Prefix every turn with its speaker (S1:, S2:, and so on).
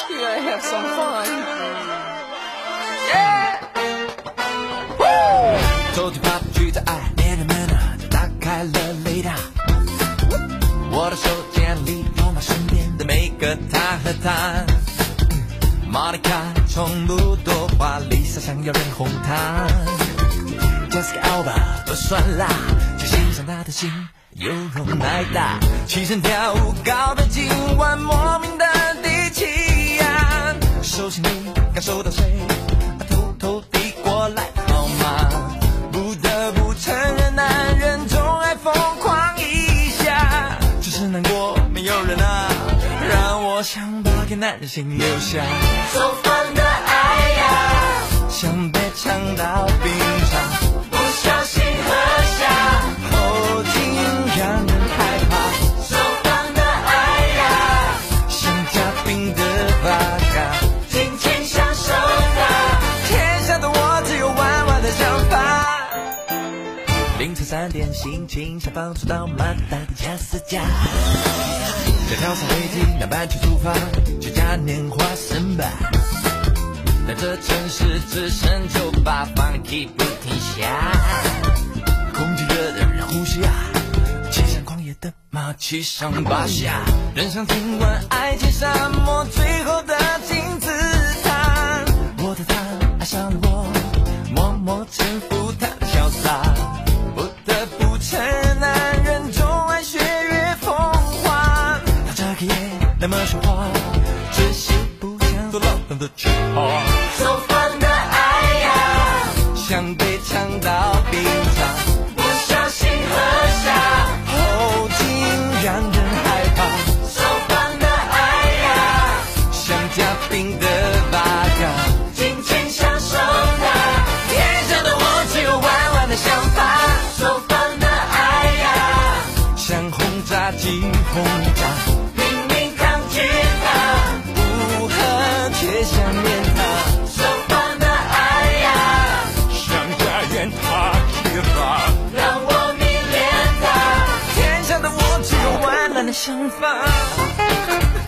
S1: have some fun. Yeah! Woo!
S2: 抽起 pop 去的爱，你的 mana 啊打开了雷达。我的手间里充满身边的每个他和她。玛丽卡从不多话，丽莎想要人哄她。Jessica Alba 不算辣，却欣赏她的心有容乃大。起身跳舞，搞得今晚莫名的低气压。手心里感受到谁啊偷偷递过来好吗？不得不承认，男人总爱疯狂一下，只是难过没有人啊，让我想把给男人心留下。
S1: So fun 的爱呀，
S2: 想被呛到冰场，
S1: 不小心喝下。
S2: 后劲让人害怕，
S1: So fun 的爱呀，
S2: 像加冰的发卡。
S1: 尽情享受它。
S2: 天下的我只有玩玩的想法。凌晨三点，心情想放纵到马达加斯加，想跳上飞机，南半球出发，去嘉年华神吧。在这城市只剩酒吧，funky 不停下，空气热的人呼吸啊，骑上狂野的马，七上八下，人生今晚爱情沙漠最后的金字塔。我的他爱上了我，默默臣服他的潇洒。不得不承认，男人总爱血月风花。他这个夜那么说话，只是不想做老板的句号，
S1: So fun 的爱呀，
S2: 想被呛到冰场，
S1: 不小心喝下。
S2: 后劲让人害怕，
S1: So fun 的爱呀，
S2: 像加冰的八嘎。
S1: 尽情享受它。
S2: 天下的我只有玩玩的想法。
S1: So fun 的爱呀。
S2: 像轰炸机轰炸，
S1: 明明抗拒它，
S2: 不恨却想念他，
S1: 手放的爱呀，
S2: 想家园他缺乏。
S1: 让我迷恋它。
S2: 天下的我只有万难的想法。